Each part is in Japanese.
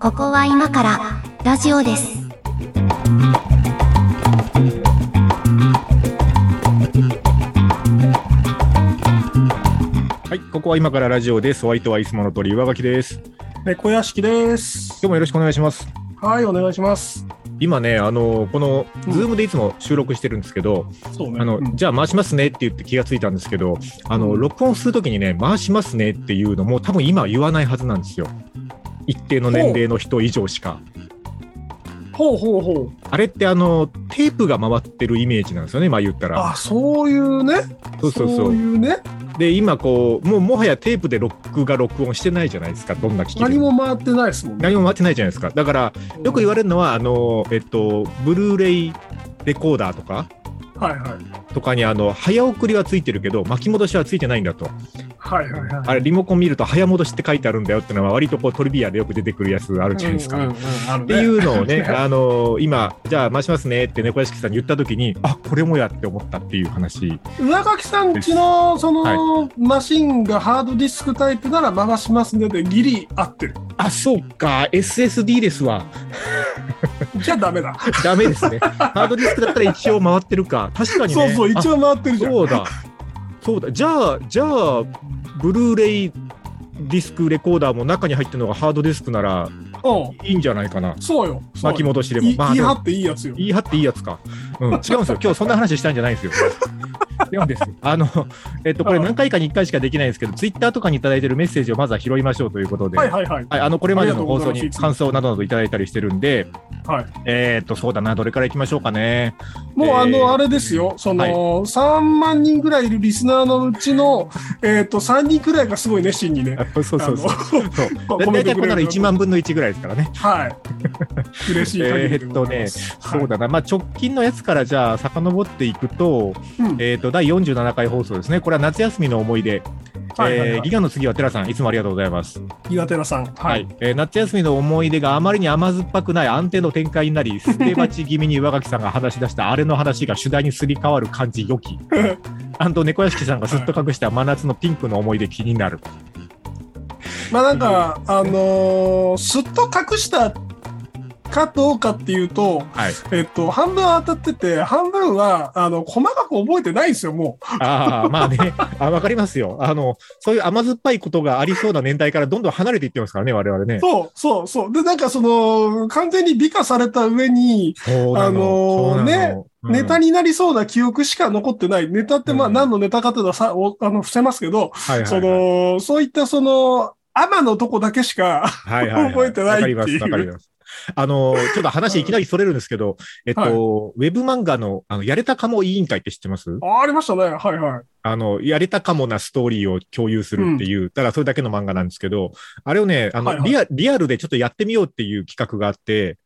ここは今からラジオです。はい、ここは今からラジオです。ホワイトはいつもの鳥上書きです。今猫屋敷です日。もよろしくお願いします。はい、お願いします。今ね、あのこのうんズームでいつも収録してるんですけど、そうね。あのうんじゃあ回しますねって言って気がついたんですけど、あのうん録音するときにね回しますねっていうのも多分今は言わないはずなんですよ。一定の年齢の人以上しか。ほうほうほう。あれってあのテープが回ってるイメージなんですよね、まあ言ったら。あ、そういうね。そうそうそう。いうね。で今こうもうもはやテープで録画録音してないじゃないですか。どんな機器で何も回ってないですもんね。何も回ってないじゃないですか。だからよく言われるのは、あの、えっと、ブルーレイレコーダーとか、はいはい。とかに、あの、早送りはついてるけど、巻き戻しはついてないんだと。はいはいはい。あれ、リモコン見ると早戻しって書いてあるんだよってのは、割とこう、トリビアでよく出てくるやつあるじゃないですか。うんうんうっんあるてねいうのをね、 ねあの今、じゃあ回しますねって猫屋敷さんに言ったときに、あこれもやって思ったっていう話、上垣さんちのその、マシンがハードディスクタイプなら回しますねでギリ合ってる。あそうか、SSD ですわ、じゃあダメだ。 ダメですね、ハードディスクだったら一応回ってるか、確かにそね、うそう、あ一応回ってるじゃん。そうだ。そうだ。じゃあ、じゃあ、ブルーレイディスクレコーダーも中に入ってるのがハードディスクならうん。いいんじゃないかな。そうよ。そう巻きよ戻しでも。いいまあ、いで張もっていいやつよ。言い張っていいやつか。 うん、違うんですよ。今日そんな話したいんじゃないんですよ。違うんです。あの、えっと、これ何回かに1回しかできないんですけど、ツイッターとかにいただいてるメッセージをまずは拾いましょうということで。はいはいはい。はい、あのこれまでの放送ありがとうございにます感想などなどいただいたりしてるんで、はいえーっと、そうだな、どれからいきましょうかね。もうえあーの、あれですよ、その、はい3万人ぐらいいるリスナーのうちの、えっと、3人くらいがすごい熱心にね、あそうそうそうそう。そうあのだ コメ大体ントくこんれなるの1万分の1ぐらいですからね。 はい。嬉しい限りでございます。そうだな、まあ、直近のやつからじゃあ遡っていくと,、うんえー、と第47回放送ですねこれは夏休みの思い出、はいはいえーはいギガの次は寺さんいつもありがとうございます、は岩寺さん。はい。えー夏休みの思い出があまりに甘酸っぱくない安定の展開になり捨て鉢気味に上垣さんが話し出したあれの話が主題にすり替わる感じ良 きあと猫屋敷さんがすっと隠した真夏のピンクの思い出気になる、まあなんか、あのーすっと隠したかどうかっていうと、はい、えっと、半分当たってて、半分は、あの、細かく覚えてないんですよ、もう。ああまあねあわかりますよあのそういう甘酸っぱいことがありそうな年代からどんどん離れていってますからね我々ねそう、そう、そう。で、なんかその、完全に美化された上に、そうなのあのーね、ネタに、になりそうな記憶しか残ってない。ネタってまあうん何のネタかっていうのはさ、おあの、伏せますけど、はいはいはいそ、の、そういったその、天のとこだけしか、 はいはいはい覚えてないっていうわかります、わかります。あのー、ちょっと話いきなりそれるんですけ ど、えっと、はいウェブ漫画の、あの、やれたかも委員会って知ってますあありましたね。はいはい。あの、やれたかもなストーリーを共有するっていう、ただそれだけの漫画なんですけど、あれをね、あの、はいはいリアリアルでちょっとやってみようっていう企画があって、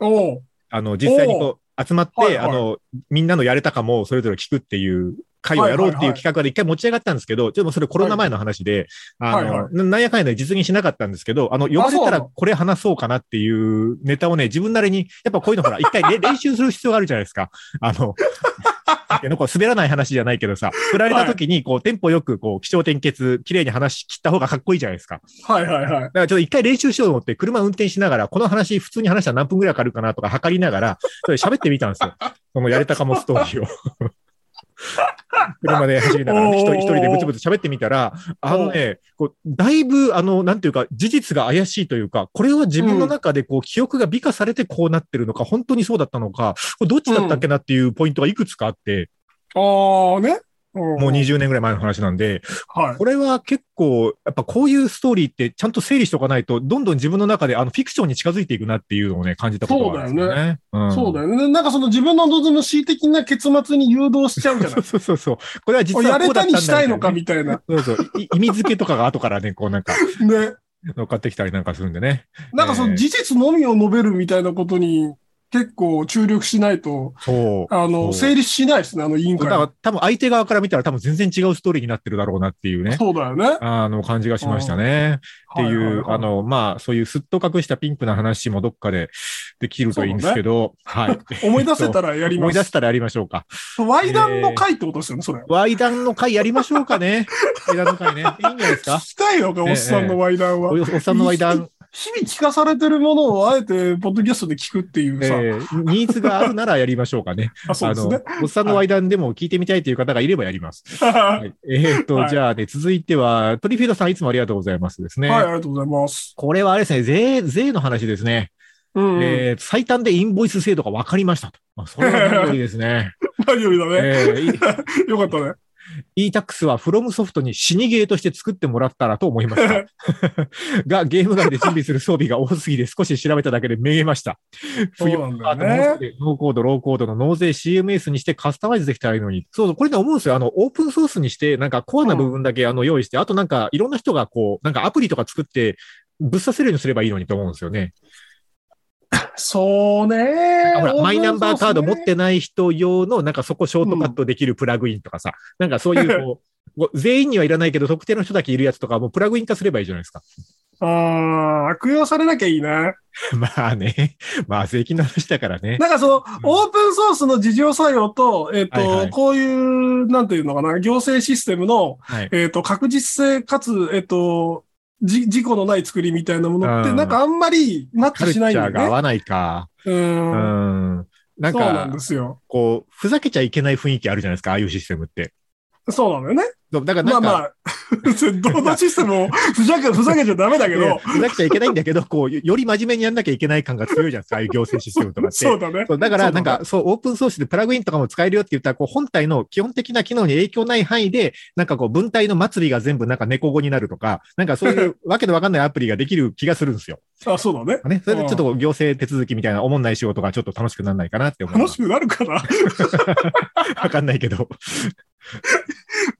おうあの、実際にこう、集まって、はいはいあの、みんなのやれたかもをそれぞれ聞くっていう、会をやろうっていう企画で一回持ち上がったんですけど、ちょっともうそれコロナ前の話で、あはいの、はななんやかんやで実現しなかったんですけど、あの、呼ばれそたうならのこれ話そうかなっていうネタをね、自分なりに、やっぱこういうのほら、一回 れ練習する必要があるじゃないですか。あの、いやなんか滑らない話じゃないけどさ、振られた時に、こう、テンポよく、こう、気象転結、綺麗に話し切った方がかっこいいじゃないですか。はいはいはい。だからちょっと一回練習しようと思って、車運転しながら、この話、普通に話したら何分ぐらいかかるかなとか測りながら、それ喋ってみたんですよ。そのやれたかもストーリーを。 車で走りながら、おー一人一人でブツブツ喋ってみたら、あのね、こうだいぶ、あの、なんていうか、事実が怪しいというか、これは自分の中でこう、記憶が美化されてこうなってるのか、本当にそうだったのか、これどっちだったっけなっていうポイントがいくつかあって、ああね。ももう20年ぐらい前の話なんで、はい。これは結構、やっぱこういうストーリーってちゃんと整理しておかないと、どんどん自分の中であのフィクションに近づいていくなっていうのをね、感じたことがあるんですよね。そうだよね。よね。なんかその自分の望む恣意的な結末に誘導しちゃうじゃなそうそうそう そう。これは実い。やはこれうだたったんにだしたいのかみみたい な。たいなそうそう。い意味付けとかが後からね、こうなんかね。乗っかってきたりなんかするんでね。なんかそえのー事実のみを述べるみたいなことに結構注力しないと、そう。あの、そう成立しないですね、あの委員だ会から多分相手側から見たら多分全然違うストーリーになってるだろうなっていうね。そうだよね。あの、感じがしましたね。ってははいう、はあ、の、まあ、そういうすっと隠したピンクな話もどっかでできるといいんですけど、はい。思い出せたらやり思まい出せす。たらやりましょうか。ワイダンの会ってことですよね、それ。ワイダンの会やりましょうか ね。ワイダンの会ね。いいんじゃないですか聞きたいのか、おっさんのワイダンはお。おっさんのワイ ダン、日々聞かされてるものをあえて、ポッドキャストで聞くっていうえさ、ーニーズがあるならやりましょうかね。あそうあですのね。、おっさんのワイダンでも聞いてみたいという方がいればやります。は、はい い、えっと、はいじゃあね、続いては、トリフィードさんいつもありがとうございますですね。ありがとうございます。これはあれですね、税、税の話ですね。うん、えー最短でインボイス制度が分かりましたと。まあ、それは何よりですね。何よりだ ね。えー、よかったね。 e- e-tax はフロムソフトに死にゲーとして作ってもらったらと思いま した。が、ゲーム外で準備する装備が多すぎて少し調べただけでめげました。そう冬なんだあよともう少ねし。でノーコード、ローコードの納税 CMS にしてカスタマイズできたらいいのに。そうそう、これね、思うんですよ。あの、オープンソースにして、なんかコアな部分だけあの用意して、あとなんかいろんな人がこう、なんかアプリとか作って、ぶっ刺せるようにすればいいのにと思うんですよね。そうね。ほら、マイナンバーカード持っる。てない人用の、なんかそこショートカットできるプラグインとかさ、なんかそういうこ う、こう全員にはいらないけど、特定の人だけいるやつとか、もうプラグイン化すればいいじゃないですか。 ああ、悪用されなきゃいいね。まあね。まあ、税金の話だからね。なんかその、オープンソースの事情作用と、えっ、と、はいはいこういう、なんていうのかな、行政システムの、はい。えっ、と、確実性かつ、えっ、と、じ事故のない作りみたいなものって、うんなんかあんまりマッカチルしチないんだャよーが合ね。わないか。うんう。ん。なんそうなんかで、すよ。こう、ふざけちゃいけない雰囲気あるじゃないですか、ああいうシステムって。そうなんだよね。そうだからまなあんか、まあ、 どのシステムもふざけ、ふざけちゃダメだいけやいやど、ふざけちゃいけないんだけど、こう、よより真面目にやんなきゃいけない感が強いじゃないですか、ああいう行政システムとかって。そうだね。そうだかそら、うだなんねか、そう、オープンソースでプラグインとかも使えるよって言ったら、こう、本体の基本的な機能に影響ない範囲で、なんかこう、文体の末尾が全部なんか猫語になるとか、なんかそういうわけのわかんないアプリができる気がするんですよ。あ、そうだね。ね。それでちょっとこう行政手続きみたいな、おもんない仕事がちょっと楽しくならないかなって思いま楽すし。くなるかな わかんないけど。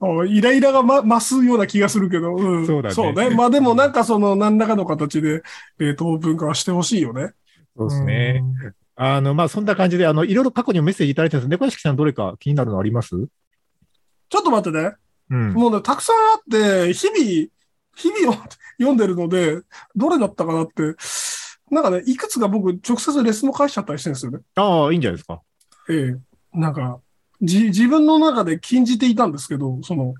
うんイライラが、ま、増すような気がするけど、うんそうだねまあでもなんかその、何らかの形で、えっ、と、オープン化はしてほしいよね。そうですね。あの、まあ、そんな感じで、あの、いろいろ過去にもメッセージいただいてます。猫屋敷さんどれか気になるのありますちょっと待ってね。うん。もうね、たくさんあって、日々、日々を 読んでるので、どれだったかなって、なんかね、いくつか僕、直接レスも返しちゃったりしてるんですよね。ああ、いいんじゃないですか。ええ。なんか、じ、自分の中で禁じていたんですけど、その、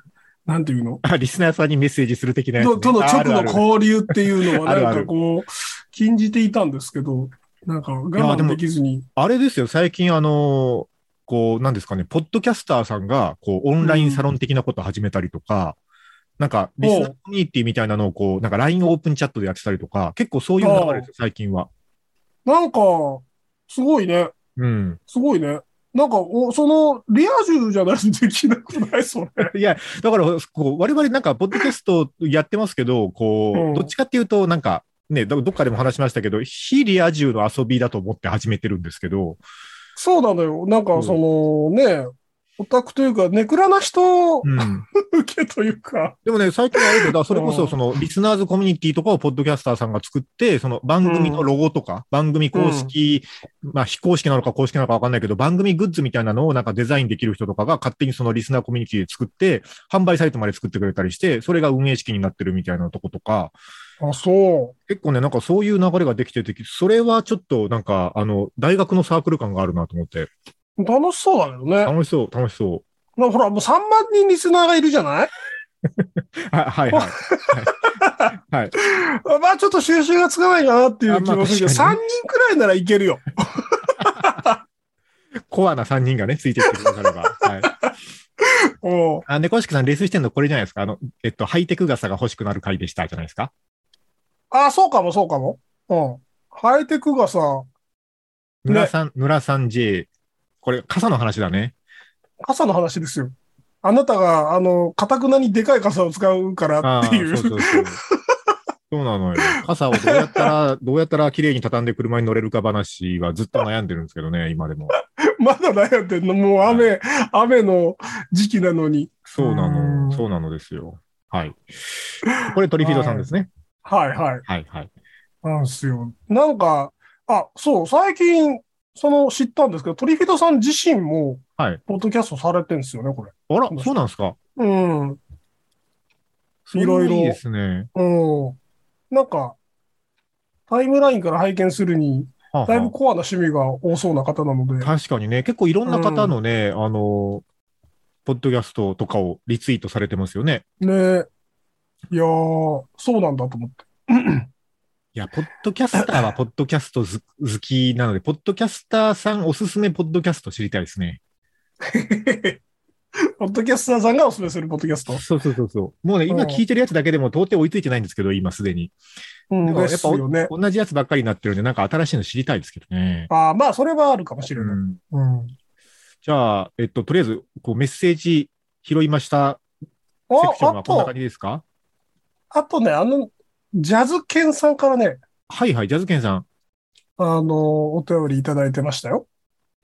なんていうのあリスナーさんにメッセージする的なやつね、ととの直ああのるある交流っていうのは、あるなあんるかこう、禁じていたんですけど、なんかいや我で慢もできずに。あれですよ、最近あの、こう、なんですかね、ポッドキャスターさんが、こう、オンラインサロン的なことを始めたりとか、なんか、リスナーコミュニティみたいなのを、こう、なんか LINE オープンチャットでやってたりとか、結構そういう流れですよ、最近は。なんか、すごいね。うん。 すごいね。なんか、お、その、リア充じゃないとできなくないそれ。いや、だから、こう、我々なんか、ポッドキャストやってますけど、うこんう、どっちかっていうと、なんか、ね、どどっかでも話しましたけど、非リア充の遊びだと思って始めてるんですけど、そうなのよ。なんうか、んその、ね、オタクというか、ネクラな人うん。 受けというか、でもね、最近あれだけど、 それこうそんそのリスナーズコミュニティとかをポッドキャスターさんが作って、その番組のロゴとか、番組公式、まあ非公式なのか公式なのかわかんないけど、番組グッズみたいなのをなんかデザインできる人とかが勝手にそのリスナーコミュニティで作って、販売サイトまで作ってくれたりして、それが運営資金になってるみたいなとことか、あ、そう。結構ね、なんかそういう流れができてて、それはちょっとなんか、あの、大学のサークル感があるなと思って、楽しそうだけどね。楽しそう、楽しそう。まあほら、もう3万人リスナーがいるじゃない ははいはい。はい。あまあちょっと収集がつかないかなっていう気もするけど、あまあ3人くらいならいけるよ。コアな3人がね、ついてきてくだされば。はい。うんあ、猫しくさん、レスしてんのこれじゃないですか。あの、えっと、ハイテク傘が欲しくなる回でしたじゃないですか。あ、そうかも、そうかも。うん。ハイテクがさ、ねぬらさん、ぬらさん J。これ、傘の話だね。傘の話ですよ。あなたが、あの、かたくなにでかい傘を使うからああっていー、う。そうそうそう。そうなのよ。傘をどうやった ら、どうやったら綺麗に畳んで車に乗れるか話はずっと悩んでるんですけどね、今でも。 まだ悩んでんの、もう雨、雨の時期なのに。そうなうの。んそうなのですよ。はい。これ、トリフィードさんですね。はいはい。はい、はい。なんですよ。なんか、あ、そう、最近、その知ったんですけど、トリフィドさん自身も、はいポッドキャストされてるんですよね、これ。あら、そうなんですか。うん。ういろいろそれもいいですね。ん。なんか、タイムラインから拝見するに、はあはあだいぶコアな趣味が多そうな方なので、確かにね、結構いろんな方のね、あの、ポッドキャストとかをリツイートされてますよね。ね。いやー、そうなんだと思って。いや、ポッドキャスター はポッドキャストず好きなので、ポッドキャスターさんおすすめポッドキャスト知りたいですね。 ポッドキャスターさんがおすすめするポッドキャスト。そうそうそうそう。もうね、今うん聞いてるやつだけでも到底追いついてないんですけど、今すでに。うん、なんかやっぱですよね。同じやつばっかりになってるんで、なんか新しいの知りたいですけどね。ああ、まあ、それはあるかもしれうない。ん、うん。じゃあ、えっと、とりあえず、こうメッセージ拾いましたセクションあ、あはこんなと感、じですかあとね、あの、ジャズケンさんからね、はいはい、ジャズケンさん。あの、お便りいただいてましたよ。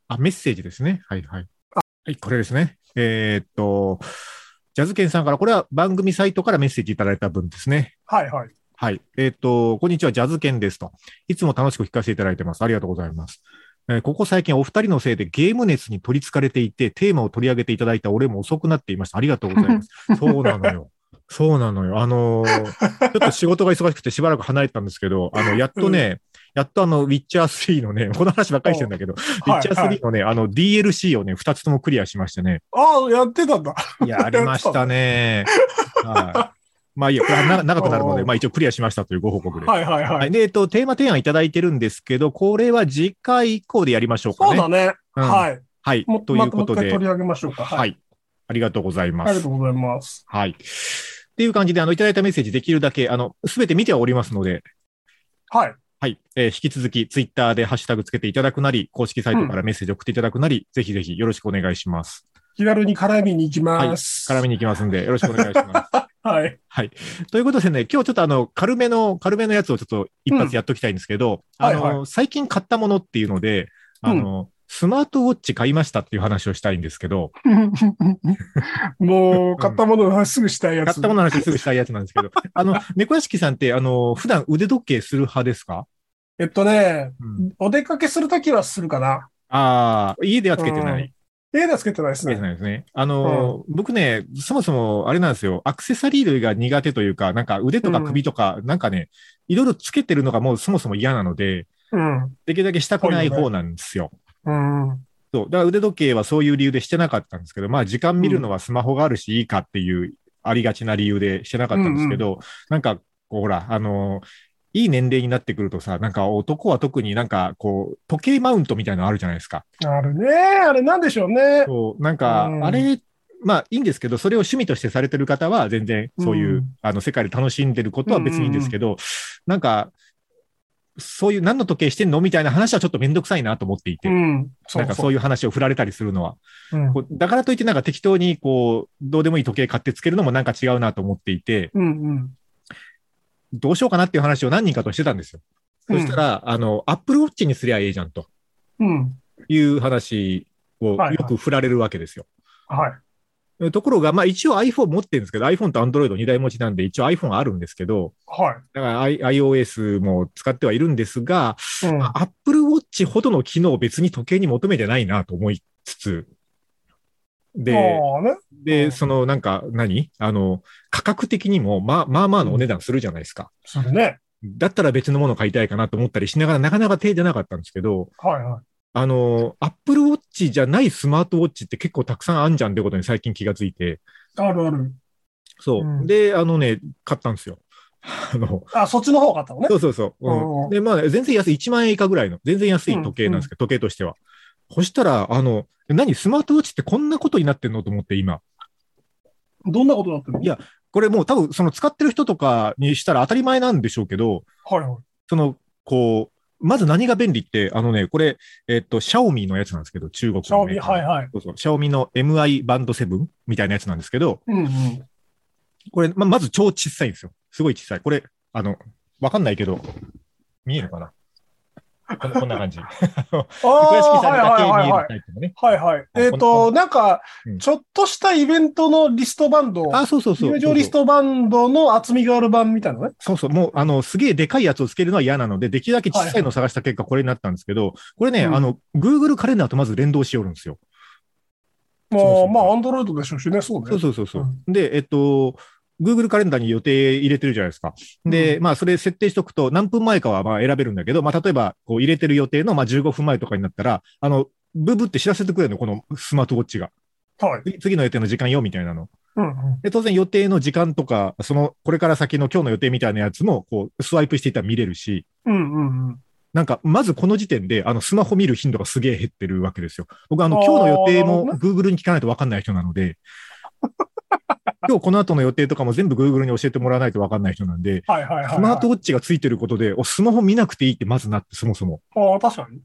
あ、メッセージですね。はいはい。はい、これですね。えーっと、ジャズケンさんから、これは番組サイトからメッセージいただいた分ですね。はいはい。はい。えーっと、こんにちは、ジャズケンですと。いつも楽しく聞かせていただいてます。ありがとうございます。えーここ最近お二人のせいでゲーム熱に取り憑かれていて、テーマを取り上げていただいた俺も遅くなっていました。ありがとうございます。そうなのよ。そうなのよ。あのーちょっと仕事が忙しくてしばらく離れてたんですけど、あの、やっとね、やっとあの、ウィッチャー3のね、この話ばっかりしてるんだけど、ピはッチャーい、はい。 3のね、あの DLC をね、2つともクリアしましてね。ああ、 やってたんだ。いや、ありましたね。はい。まあいいや、これはな長くなるので、まあ一応クリアしましたというご報告で。はいはいは。はいい。で、えっと、テーマ提案いただいてるんですけど、これは次回以降でやりましょうかそうね。だね。うんはい。はいも。ということまたもう一回で取。り上げましょうか。。はいい。ありがとうございあまりがすと。うございます。はい。っていう感じで、あの、いただいたメッセージできるだけ、あの、すべて見てはおりますので、はい。はい。えー引き続き、ツイッターでハッシュタグつけていただくなり、公式サイトからメッセージ送っていただくなり、ぜひぜひよろしくお願いします。気軽に絡みに行きます。絡みに行きますんで、よろしくお願いします。はい。 ということでね、今日ちょっとあの、軽めの、軽めのやつをちょっと一発やっときたいんですけど、うんあの、はい最近買ったものっていうので、あの、スマートウォッチ買いましたっていう話をしたいんですけど、もう、買ったものをすぐしたいや買つ。ったものの話すぐしたいやつなんです けど、あの、猫屋敷さんって、あの、普段腕時計する派ですか、えっとね、うん、お出かけするときはするかな。ああ、家ではつけてない。家ではつけてないですつけてね。ないですね。あの、僕ね、そもそも、あれなんですよ、アクセサリー類が苦手というか、なんか腕とか首とか、なんかね、いろいろつけてるのがもうそもそも嫌なので、うん。できるだけしたくない方なんですよ。うん。そう。だから腕時計はそういう理由でしてなかったんですけど、まあ時間見るのはスマホがあるしいいかっていうありがちな理由でしてなかったんですけど、なんか、こうほら、あのーいい年齢になってくるとさ、なんか男は特になんかこう、時計マウントみたいなのあるじゃないですか。あるね。あれなんでしょうね。そう、なんかう、んあれ、まあいいんですけど、それを趣味としてされてる方は全然そういう、うんあの世界で楽しんでることは別にいいんですけど、なんか、そういう何の時計してんのみたいな話はちょっとめんどくさいなと思っていて、うん。なんかそういう話を振られたりするのは。うんこうだからといってなんか適当にこう、どうでもいい時計買ってつけるのもなんか違うなと思っていて、うんうん。どうしようかなっていう話を何人かとしてたんですよ。そしたら、あの、アップルウォッチにすりゃええじゃんとうん。いう話をはいはいよく振られるわけですよ。はい。ところが、まあ一応 iPhone 持ってるんですけど、iPhone と Android 二台持ちなんで一応 iPhone あるんですけど、はだから I- iOS も使ってはいるんですが、い。うん。アップルウォッチほどの機能を別に時計に求めてないなと思いつつ、で、ああね。うで、んそのなんか何、あの、価格的にも、まあまあまあのお値段するじゃないですか。するね。だったら別のもの買いたいかなと思ったりしながら、なかなか手出なかったんですけど、はいはい。あの、Apple Watch じゃないスマートウォッチって結構たくさんあんじゃんってことに最近気がついて、あるある。そう。うんで、あのね、買ったんですよ。 あの、あ、そっちの方があったのねそ。うそうそう。うんうんで、まあ、全然安い、1万円以下ぐらいの、全然安い時計なんですけど、時計としては。そしたら、あの、何、スマートウォッチってこんなことになってんのと思って、今。どんなことだったのいやこれもう多分、その使ってる人とかにしたら当たり前なんでしょうけど、はいはい。その、こう、まず何が便利って、あのね、これ、えっと、シャオミのやつなんですけど、中国シャのオメミ、ーカー、はいはい。そうそう、シャオミの MI バンド7みたいなやつなんですけど、うんうん。これ、ままず超小さいんですよ。すごい小さい。これ、あの、わかんないけど、見えるかな こんなこんな感じ。ああ、倉敷さんだけ見はいはえいはいるはい。タイプのね。はいはい。えっ、こと、なんかうん、ちょっとしたイベントのリストバンド、あ、そうそうそう。入場リストバンドの厚みがある版みたいなね。そうそう、もう、あの、すげえでかいやつをつけるのは嫌なので、できるだけ小さいのを探した結果、これになったんですけど、これね、うんあの、Google カレンダーとまず連動しよるんですよ。そうまそあ、うまあ、アンドロイドでしょうしね、そうね。そうそうそうそう。で、えっと、Google カレンダーに予定入れてるじゃないですか。で、まあ、それ設定しとくと、何分前かはまあ選べるんだけど、まあ、例えば、こう入れてる予定のまあ15分前とかになったら、あの、ブブって知らせてくれるの、このスマートウォッチが。はい。次次の予定の時間よ、みたいなの。うんうん。で、当然予定の時間とか、その、これから先の今日の予定みたいなやつも、こう、スワイプしていったら見れるし、うんうんうん。なんか、まずこの時点で、あの、スマホ見る頻度がすげえ減ってるわけですよ。僕、あのあ、ー今日の予定なるほもどね Google に聞かないと分かんない人なの で、今日この後の予定とかも全部 Google に教えてもらわないと分かんない人なんで、はいはいはい、はい。スマートウォッチがついてることで、お、スマホ見なくていいってまずなって、そもそも。ああ、確かに。うん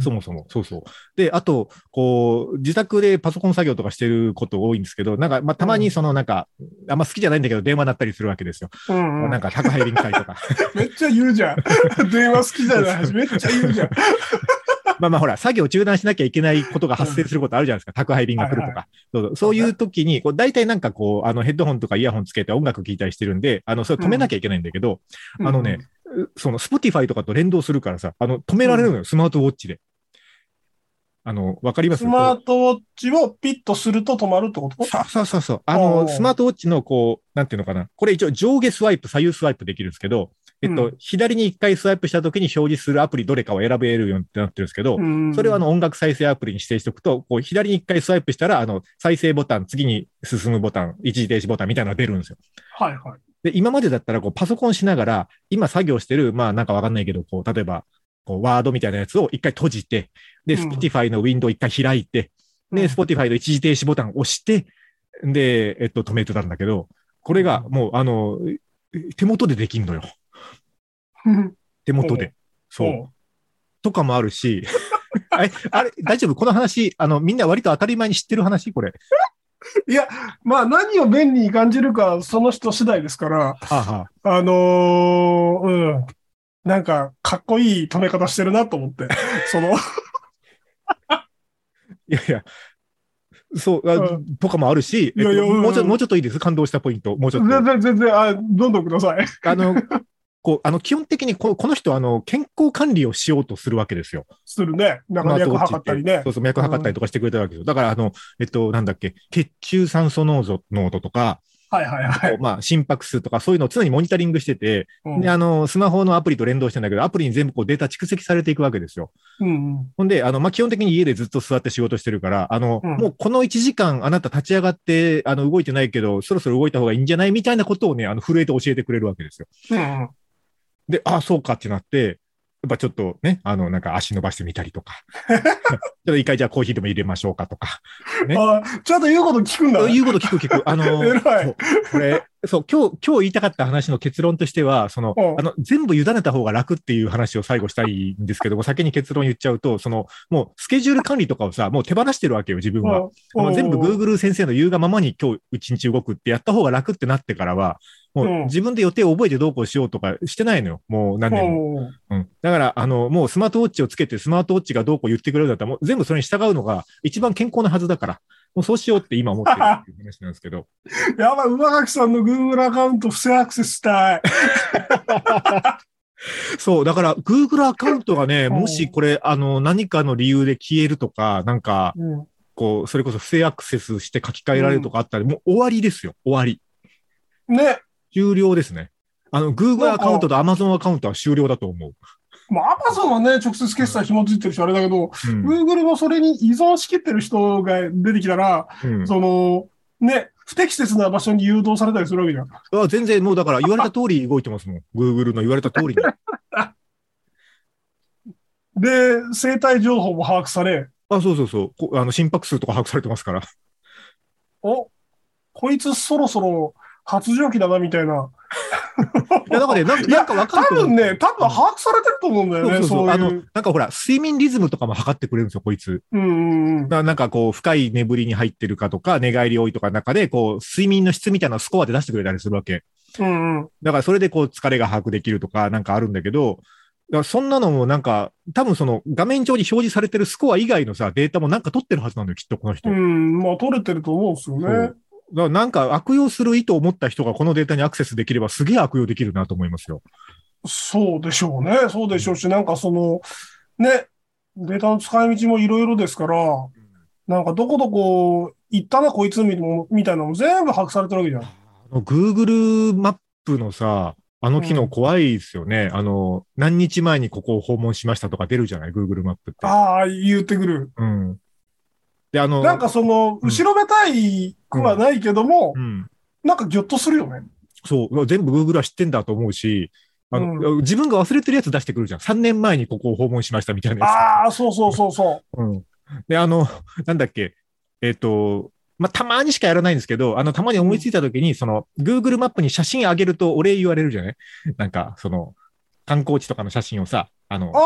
そもそも。そうそう。で、あと、こう、自宅でパソコン作業とかしてること多いんですけど、なんか、まあ、たまにその、なんか、あんま好きじゃないんだけど、電話鳴ったりするわけですよ。うん、うん。なんか、宅配便会とか。めっちゃ言うじゃん。 電話好きじゃない話、めっちゃ言うじゃん。まあまあほら、作業中断しなきゃいけないことが発生することあるじゃないですか。宅配便が来るとか。 はいそうそうそういう時に、こう、大体なんかこう、あの、ヘッドホンとかイヤホンつけて音楽聴いたりしてるんで、あの、それ止めなきゃいけないんだけど、あのねうその、Spotify とかと連動するからさ、あの、止められるのよ、スマートウォッチで。あの、わかりうん、ますスマこートウォッチをピッとすると止まるってことうそうそうそうそう。あの、おースマートウォッチのこう、なんていうのかな。これ一応上下スワイプ、左右スワイプできるんですけど、えっと、う左に一回スワイプした時に表示するアプリどれかを選べるようになってるんですけど、うんそれをあの音楽再生アプリに指定しておくと、こう左に一回スワイプしたら、あの再生ボタン、次に進むボタン、一時停止ボタンみたいなのが出るんですよ。はいはい。で、今までだったらこうパソコンしながら、今作業してる、まあなんかわかんないけど、こう例えばこうワードみたいなやつを一回閉じて、で、うん Spotify のウィンドウ一回開いて、うで、ん Spotify の一時停止ボタンを押して、で、えっと、止めてたんだけど、これがもう、あの、手元でできんのよ。手元で。そう。おうとかもあるし、 あれ、あれ大丈夫この話、あの、みんな割と当たり前に知ってる話これ。まあ何を便利に感じるかその人次第ですから、はあはあ あのーうん。なんか、かっこいい止め方してるなと思って。 そいの、やいや、そう、あうとかもあるし、えっといやいやもうちょうんもうちょっといいです。感動したポイント。もうちょっ全然全然、あ、どんどんください。と。あの、 こう、あの、基本的にこ、この人、あの、健康管理をしようとするわけですよ。するね。なんか脈測ったりねそ。うそう、脈測ったりとかしてくれたわけですよ。だから、あの、えっと、なんだっけ、血中酸素濃度濃度とか、はいはいはい。まあ、心拍数とか、そういうのを常にモニタリングしてて、うんで、あの、スマホのアプリと連動してんだけど、アプリに全部こうデータ蓄積されていくわけですよ。うんうん。ほんで、あの、まあ、基本的に家でずっと座って仕事してるから、あの、うんもうこの1時間あなた立ち上がって、あの、動いてないけど、そろそろ動いた方がいいんじゃないみたいなことをね、あの、震えて教えてくれるわけですよ。うんうんで、ああ、そうかってなって、やっぱちょっとね、あの、なんか足伸ばしてみたりとか、 ちょっと一回じゃあコーヒーでも入れましょうかと か、ねあ、ちゃんと言うこと聞くんだね。いうこと聞く聞く。あの、 偉いそうこれ、そう、今日、今日言いたかった話の結論としては、その、うんあの、全部委ねた方が楽っていう話を最後したいんですけども、先に結論言っちゃうと、その、もうスケジュール管理とかをさ、もう手放してるわけよ、自分は。あの全部 Google 先生の言うがままに今日一日動くってやった方が楽ってなってからは、うもうん自分で予定を覚えてどうこうしようとかしてないのよ。もう何年も。も。うん、だから、あの、もうスマートウォッチをつけてスマートウォッチがどうこう言ってくれるんだったら、もう全部それに従うのが一番健康なはずだから、もうそうしようって今思ってるっていう話なんですけど。やばい、馬垣さんの Google アカウント不正アクセスしたい。そう、だから、Google アカウントが ね、うんもしこれ、あの、何かの理由で消えるとか、なんか、うんこう、それこそ不正アクセスして書き換えられるとかあったら、もう終わりですよ、終わり。ね。終了ですね。あの、Google アカウントと Amazon アカウントは終了だと思う。まあ、Amazon はね、直接決済紐付いてるし、あれだけど、うん。 Google もそれに依存しきってる人が出てきたら、うんその、ね、不適切な場所に誘導されたりするわけじゃん。あ全然もうだから言われた通り動いてますもん。Google の言われた 通りに。で、生体情報も把握され、あ、そうそうそう。こあの心拍数とか把握されてますから。お、こいつそろそろ発情期だな、みたいな。 いや、だからね、なんかいやなんかわか多ると思う分ね、多分把握されてると思うんだよそうね、そうそそうう。あの、いなう。んかほら、睡眠リズムとかも測ってくれるんですよ、こいつ。うんうんうん。ななんかこう、深い眠りに入ってるかとか、寝返り多いとかの中で、こう、睡眠の質みたいなのをスコアで出してくれたりするわけ。うんうん。だからそれでこう、疲れが把握できるとか、なんかあるんだけど、やそんなのもなんか、多分その画面上に表示されてるスコア以外のさ、データもなんか取ってるはずなのよ、きっとこの人。うだかん、まあ取れてると思うんですよそうね。らなんか悪用する意図を持った人がこのデータにアクセスできればすげえ悪用できるなと思いますよ。そうでしょうね。そうでしょうし、なんかその、ね、データの使い道もいろいろですから、なんかどこどこ行ったな、こいつみみたいなのも全部把握されてるわけじゃん。あの Google マップのさ、あの機能怖いですよね。あの、何日前にここを訪問しましたとか出るじゃない ?Google マップって。ああ、言ってくる。うん。で、あの、なんかその、うん後ろめたいくはないけどもう、ん。なんかギョッとするよね。そう、全部 Google は知ってんだと思うし、あの、自分が忘れてるやつ出してくるじゃん。3年前にここを訪問しましたみたいなやつ。ああ、そうそうそうそう。うん。で、あの、なんだっけ、えっ、と、まあ、たまにしかやらないんですけど、あの、たまに思いついたときに、その、Google マップに写真あげるとお礼言われるじゃないなんか、その、観光地とかの写真をさ、あの、あ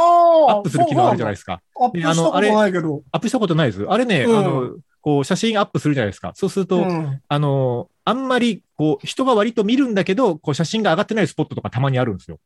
あ、アップする機能あるじゃないいですか。アップしたことないけど。アップしたことないです。あれね、うんあの、こう、写真アップするじゃないですか。そうすると、うんあの、あんまり、こう、人が割と見るんだけど、こう、写真が上がってないスポットとかたまにあるんですよ。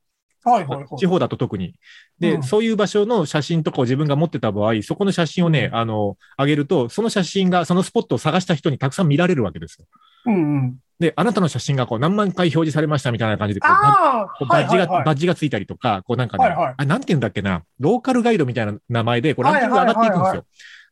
はいはいはい。地方だと特に。で、うんそういう場所の写真とかを自分が持ってた場合、そこの写真をね、あの、あげると、その写真が、そのスポットを探した人にたくさん見られるわけですよ。うんうん。で、あなたの写真がこう何万回表示されましたみたいな感じでこう、バああ、こうバッジが、はいはいはバいッジがついたりとか、こうなんかね、はいはいあ、なんて言うんだっけな、ローカルガイドみたいな名前で、こうランキングが上がっていくんですよ。はいはいはいは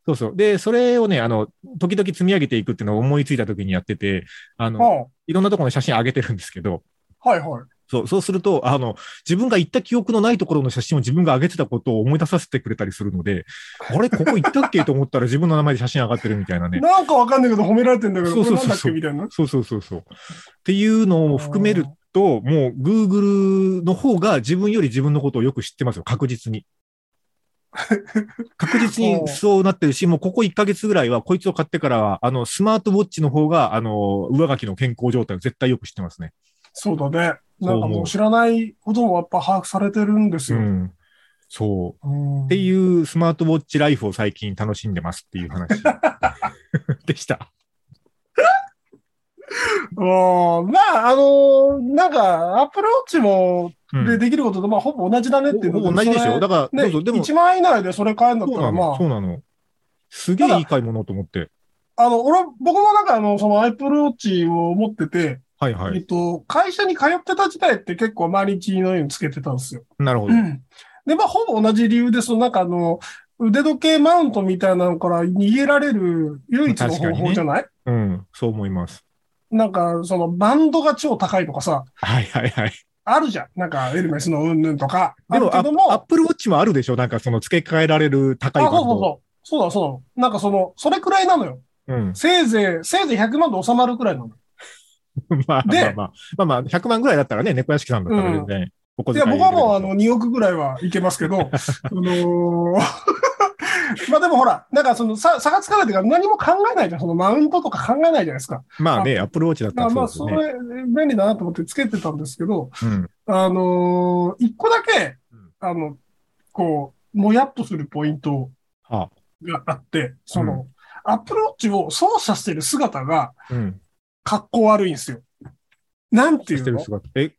そうそう。で、それをね、あの、時々積み上げていくっていうのを思いついた時にやってて、あの、うんいろんなところの写真上げてるんですけど、はいはい。そう、そうすると、あの、自分が行った記憶のないところの写真を自分が上げてたことを思い出させてくれたりするので、あれ、ここ行ったっけと思ったら自分の名前で写真上がってるみたいなね。なんかわかんないけど褒められてんだけど、そうそうそうこれなんだっけみたいな。 そうそうそうそう。っていうのを含めると、もう Google の方が自分より自分のことをよく知ってますよ、確実 に。確実にそうなってるし、もうここ1ヶ月ぐらいは、こいつを買ってからは、あの、スマートウォッチの方が、あの、上書きの健康状態を絶対よく知ってますね。そうだね。そう思なうんかもう知らないこともやっぱ把握されてるんですうよ。ん。そう。うんっていうスマートウォッチライフを最近楽しんでますっていう 話でした。うんまあ、あのーなんか、アップルウォッチもうんでできることと、まあ、ほぼ同じだねっていうほのぼ同じでしょだから、ね、そうそうでも、そ1万円以内でそれ買えるんだっうたなら、の、まそうなの。すげえいい買い物と思って。あ、あの、俺、僕もなんか、あの、そのアップルウォッチを持ってて、はいはえっい。と、会社に通ってた時代って結構毎日のようにつけてたんですよ。なるほどう。ん。で、まあ、ほぼ同じ理由で、その、なんかあの、腕時計マウントみたいなのから逃げられる唯一の方法じゃない、うん、そう思います。なんか、その、バンドが超高いとかさ、はいはいはい。あるじゃん。なんか、エルメスのうんぬんとか。でも、あアるけどッも、プルウォッチもあるでしょなんかその付け替えられる高いあ、バンそうそド。うそう。そうだ、そうだ。なんかその、それくらいなのよ。うん。 せいぜい、せいぜい100万で収まるくらいなの。まあまあまであ。まあまあ、100万ぐらいだったらね、猫屋敷さんだったら全然、お小い遣や、い入れ僕るはもう、あの、2億ぐらいはいけます けど、あのー まあでもほら、なんかその、さ、差がつかないというか、何も考えないじゃん。その、マウントとか考えないじゃないですか。まあね、アップルウォッチだっただかららまそうあ、ですよそね。れ、便利だなと思ってつけてたんですけど、うん。あのー一個だけうん、あの、こう、もやっとするポイントはがあって、そうの、アップルウォッチを操作してる姿が、あ。うん。格好悪いんですよ。なんていしうてるの姿え、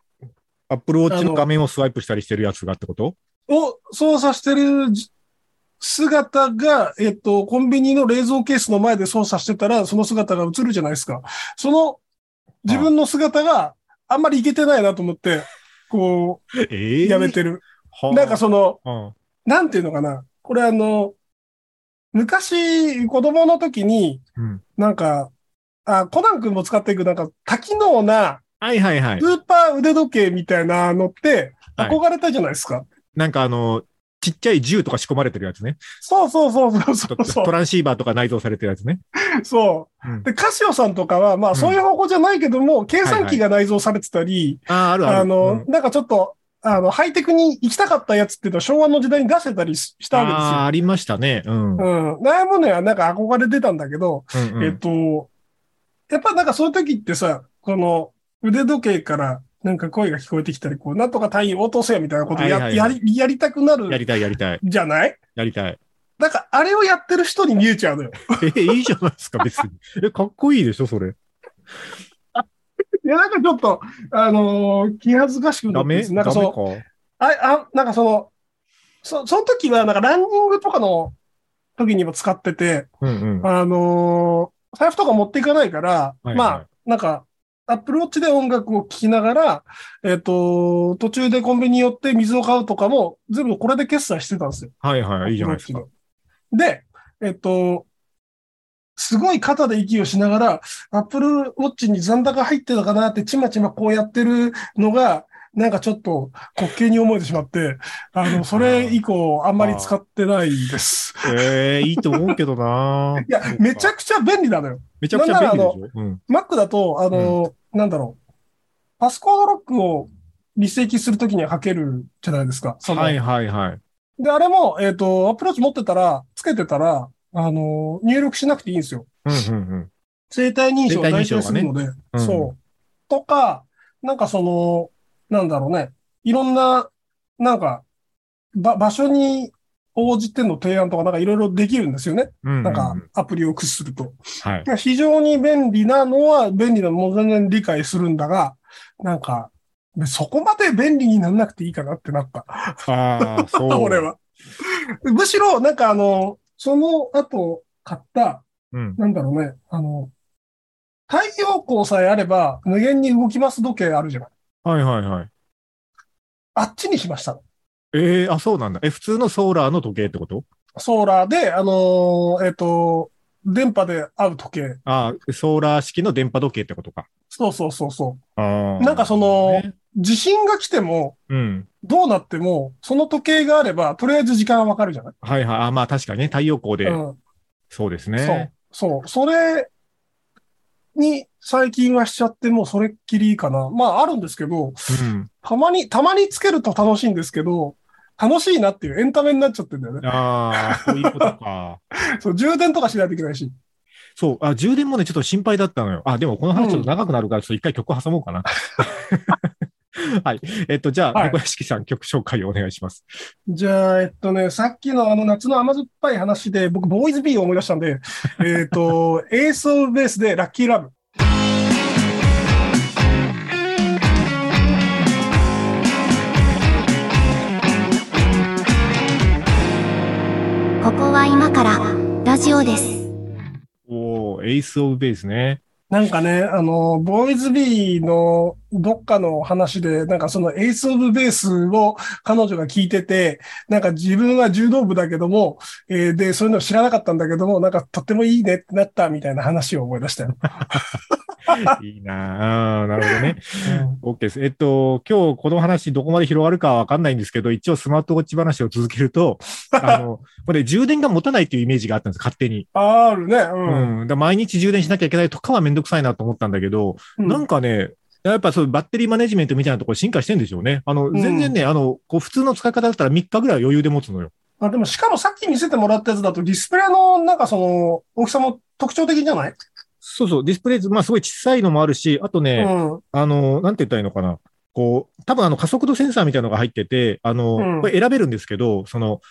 アップルウォッチの画面をスワイプしたりしてるやつがってことを操作してるじ姿が、えっと、コンビニの冷蔵ケースの前で操作してたら、その姿が映るじゃないですか。その、自分の姿があんまりいけてないなと思って、こう、ええやめてる。はあなんかその、うんなんていうのかな。これあの、昔、子供の時に、うんなんか、あ、コナン君も使っていく、なんか、多機能な、はいはいはいス。ーパー腕時計みたいなのって、はい憧れたじゃないですか。なんかあの、ちっちゃい銃とか仕込まれてるやつね。そうそうそうそうそトう そトランシーバーとか内蔵されてるやつね。う。そううんで、カシオさんとかは、まうあんそういう方向じゃないけども、計算機が内蔵されてたり、ああ、あるある。あの、うんなんかちょっと、あの、ハイテクに行きたかったやつっていうのは昭和の時代に出せたりししたあーわありましたね。うん。けですよ。うん。ないものやなんか憧れてたんだけど、うんうんえっと、やっぱなんかそういう時ってさ、この腕時計からなんか声が聞こえてきたり、こう、なんとか単位落とせよみたいなことや、はいはいはいやり、やりたくなやるりたい、やりたい、じゃないやりたい。なんかあれをやってる人に見えちゃう のよ。え、いいじゃないですか、別に。え、かっこいいでしょ、それ。いや、なんかちょっと、あのー気恥ずかしくなダってでメす。なんダかメそかの、あ、あ、なんかその、そその時は、なんかランニングとかの時にも使ってて、うんうん。あのー財布とか持っていかないから、はいまはあ、なんか、アップルウォッチで音楽を聴きながら、えっ、と、途中でコンビニ寄って水を買うとかも、全部これで決済してたんですよ。はいはい、いいじゃないですか。で、えっ、と、すごい肩で息をしながら、アップルウォッチに残高入ってたかなって、ちまちまこうやってるのが、なんかちょっと滑稽に思えてしまって、あの、それ以降、あんまり使ってないです。ええいいと思うけどないや、めちゃくちゃ便利なのよ。めちゃくちゃ便利でしょ。うん。 Mac だと、あの、なんだろう。パスコードロックを履正するときにはかけるじゃないですか。そのはいはいはい。で、あれも、えっ、と、アプローチ持ってたら、つけてたら、あの、入力しなくていいんですよ。うんうんうん。生体認証を生体認代証が替ねするので、うんそう。とか、なんかその、なんだろうね。いろんな、なんか、ば、場所に応じての提案とか、なんかいろいろできるんですよね。うんうんうんなんか、アプリを駆使すると。 はい。非常に便利なのは便利なのも全然理解するんだが、なんか、そこまで便利にならなくていいかなってなった。ああ、そう。俺。は。むしろ、なんかあの、その後買った、うん。なんだろうね、あの、太陽光さえあれば無限に動きます時計あるじゃない。はいはいはい。あっちにしました。ええあ、そうなんだ。え、普通のソーラーの時計ってことソーラーで、あのーえっ、と、電波で合う時計。ああ、ソーラー式の電波時計ってことか。そうそうそうそう。ああ。なんかそのね地震が来ても、うん。どうなっても、その時計があれば、とりあえず時間はわかるじゃない、はいはい。あまあ確かにね、太陽光で、うん。そうですそうね。。そう。それに最近はしちゃって、もうそれっきりかな。まああるんですけど、うん。たまに、たまにつけると楽しいんですけど、楽しいなっていうエンタメになっちゃってんだよね。ああ、そういうことか。 そう、充電とかしないといけないし。そうあ、充電もね、ちょっと心配だったのよ。あ、でもこの話ちょっと長くなるから、ちょっと一回曲挟もうか な。はい。えっと、じゃあ、はい猫屋敷さん、曲紹介をお願いします。じゃあ、えっとね、さっきのあの夏の甘酸っぱい話で、僕、ボーイズビーを思い出したんで、えっと、 エースオブベースでラッキーラブ。ここは今からラジオです。おおエイス・オブ・ベースね。なんかね、あの、ボーイズビーのどっかの話で、なんかそのエースオブベースを彼女が聞いてて、なんか自分は柔道部だけども、えーで、そういうの知らなかったんだけども、なんかとってもいいねってなったみたいな話を思い出したよ。 いいなああーなるほどね。OK です。えっと、今日この話どこまで広がるかはわかんないんですけど、一応スマートウォッチ話を続ける と、あの、これ充電が持たないというイメージがあったんです、勝手に。あるね、うん。うん。だから毎日充電しなきゃいけないとかはめんどくさいなと思ったんだけど、なんかね、やっぱそういうバッテリーマネジメントみたいなところ進化してんでしょうね。あの、ん全然ね、あの、こう普通の使い方だったら3日ぐらいは余裕で持つのよ。まあでも、しかもさっき見せてもらったやつだと、ディスプレイのなんかその大きさも特徴的じゃない、そうそう、ディスプレイズ、まあすごい小さいのもあるし、あとね、うん。あの、なんて言ったらいいのかな。こう、多分あの加速度センサーみたいなのが入ってて、あの、うんこれ選べるんですけど、その、